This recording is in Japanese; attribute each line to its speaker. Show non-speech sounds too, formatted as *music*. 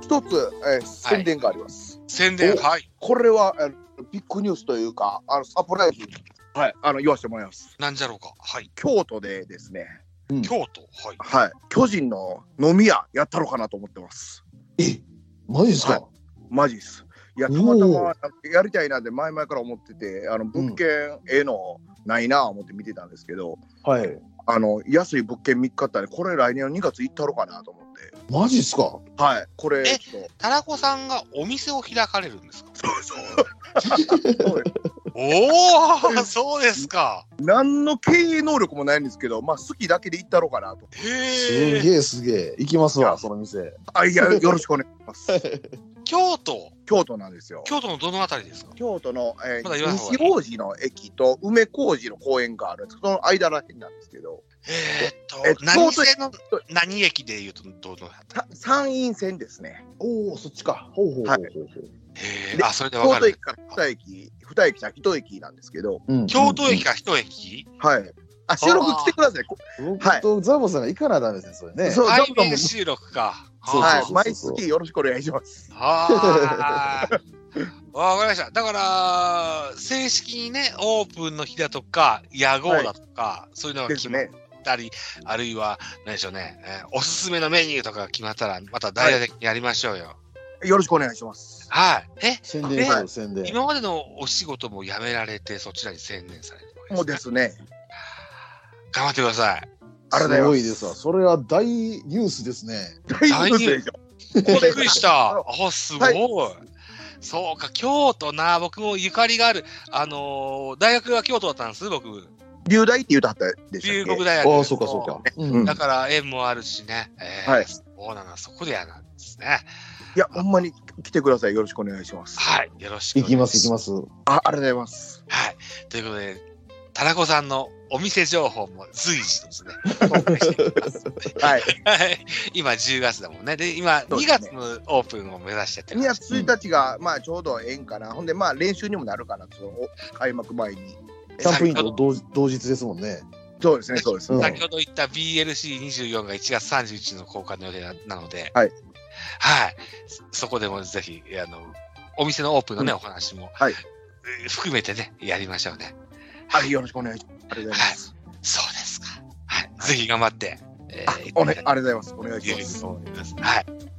Speaker 1: 一つ、えー宣伝があります。
Speaker 2: 宣伝、
Speaker 1: お
Speaker 2: はい。
Speaker 1: これは、あのビッグニュースというか、あのサプライズに、はい、あの言わせてもらいます。
Speaker 2: なんじゃろうか。はい。
Speaker 1: 京都でですね、
Speaker 2: 京都。はい。
Speaker 1: はい、巨人の飲み屋やったろかなと思ってます。
Speaker 3: え、マジですか、
Speaker 1: はマジっす。いや、たまたまやりたいなって前々から思ってて、あの物件、ええのないなぁ思って見てたんですけど、
Speaker 3: はい。
Speaker 1: あの安い物件見っかったんで、これ来年の2月行ったろかなと思って。
Speaker 3: マジですか
Speaker 1: はい、これ、
Speaker 2: え
Speaker 1: ちょっと
Speaker 2: タラコさんがお店を開かれるんですか
Speaker 1: そうそう。そうです
Speaker 2: おお、そうですか。
Speaker 1: 何の経営能力もないんですけど、まあ、好きだけで行ったろうかなと。
Speaker 2: へ
Speaker 3: す
Speaker 2: え。
Speaker 3: げえすげえ。行きますわ、その店。
Speaker 1: あ、いや、よろしくお願いします。
Speaker 2: 京都。
Speaker 1: 京都なんですよ。
Speaker 2: 京都のどのあたりですか
Speaker 1: 京都の、え
Speaker 2: まだ言わ
Speaker 1: ー、
Speaker 2: ん方がい
Speaker 1: 西
Speaker 2: い
Speaker 1: 大路の駅と梅小路の公園があるんですその間らへんなんですけど、
Speaker 2: えーっと、
Speaker 1: えっと
Speaker 2: 何線の何駅で言うとどのあた
Speaker 1: さ山陰線ですね。
Speaker 3: おお、そっちか。ほうほうほうほうほう。
Speaker 2: りへえ。
Speaker 1: で
Speaker 2: あ、それでわ
Speaker 1: 京
Speaker 2: か
Speaker 1: 都駅
Speaker 2: る。
Speaker 1: から二駅、二駅じゃ一駅なんですけど、
Speaker 3: うん
Speaker 2: 京都駅。か一駅
Speaker 1: はい。あ、収録来てください。こ
Speaker 3: うん僕とザボさんが行かなダメですよ、それね。
Speaker 1: そう
Speaker 2: 対
Speaker 1: ザボさん
Speaker 2: 面
Speaker 1: も
Speaker 2: 収録か。
Speaker 3: そう
Speaker 1: は
Speaker 2: はい
Speaker 3: そうそうそう
Speaker 1: 毎月よろしくお願いします。
Speaker 2: あーわかりました。だから、正式にね、オープンの日だとか、野号だとか、そういうのが
Speaker 1: で
Speaker 2: 決
Speaker 1: す
Speaker 2: まっ
Speaker 1: ね。
Speaker 2: たり、あるいは、何でしょうね、えーおすすめのメニューとかが決まったら、また大々的にやりましょうよ。
Speaker 1: よろしくお願いします。
Speaker 2: はい。え、
Speaker 3: 宣伝し
Speaker 1: は
Speaker 3: よう、宣伝。
Speaker 2: 今までのお仕事も辞められて、そちらに専念されてるわけ
Speaker 1: もうですね。
Speaker 2: 頑張ってくだ
Speaker 3: *laughs*
Speaker 2: さい。
Speaker 1: ありがとう
Speaker 3: す
Speaker 1: ご
Speaker 3: ご
Speaker 1: ざ
Speaker 3: い
Speaker 1: いま
Speaker 3: ですわ。それは大ニュースですね。
Speaker 1: す。大ニュースでしょ。
Speaker 2: びっくりした。
Speaker 1: こ
Speaker 2: あ、すごい。
Speaker 1: はい
Speaker 2: そうか、京都な、僕もゆかりがある。あのー大学が京都だったんです、僕。
Speaker 1: 流大って言うとはったでし
Speaker 2: 龍
Speaker 1: たっ
Speaker 2: 谷
Speaker 1: け
Speaker 2: 大学。
Speaker 3: ああ、そうかそうか。うん
Speaker 2: だから縁もあるしね。えー
Speaker 1: はい
Speaker 2: そうなんだ、そこでやなんですね。
Speaker 1: いや、ほんまに来てください。よろしくお願いします。
Speaker 2: はい、よろしくお
Speaker 3: 行
Speaker 2: 願い
Speaker 3: き
Speaker 2: しま。
Speaker 3: ますす、行き
Speaker 2: ま
Speaker 3: *laughs* ます。
Speaker 1: あありがとうございます。
Speaker 2: す。はい。ということで、田中さんのお店情報も随時ですね、公開していきます。
Speaker 1: *laughs* はい。
Speaker 2: はい今10月だもんね。で、今
Speaker 1: そうで
Speaker 2: 2
Speaker 1: すね
Speaker 2: 月のオープンを目指してって
Speaker 1: 2
Speaker 2: 感じ
Speaker 1: 月1日が、まあちょうどええんかな、ほんで、まあ練習にもなるかなと、そのお開幕前に。
Speaker 3: キャンプインと同同日ですもんね。
Speaker 1: そうですね、そうですね。
Speaker 3: うん
Speaker 2: 先ほど言った BLC24 が1月31日の公開の予定ななので、
Speaker 1: はい。
Speaker 2: はい。そこでもぜひ、あの、お店のオープンのね、
Speaker 1: うん
Speaker 2: お話も、
Speaker 1: はい
Speaker 2: えー含めてね、やりましょうね。
Speaker 1: はい、よろしくお願いします。ありがとうございます。
Speaker 2: そうですか。はい。ぜひ頑張って、え
Speaker 1: あおね、ありがとうございます。お願い
Speaker 2: い
Speaker 1: し
Speaker 2: い
Speaker 1: ま
Speaker 2: です
Speaker 1: す。
Speaker 2: と思います。はい。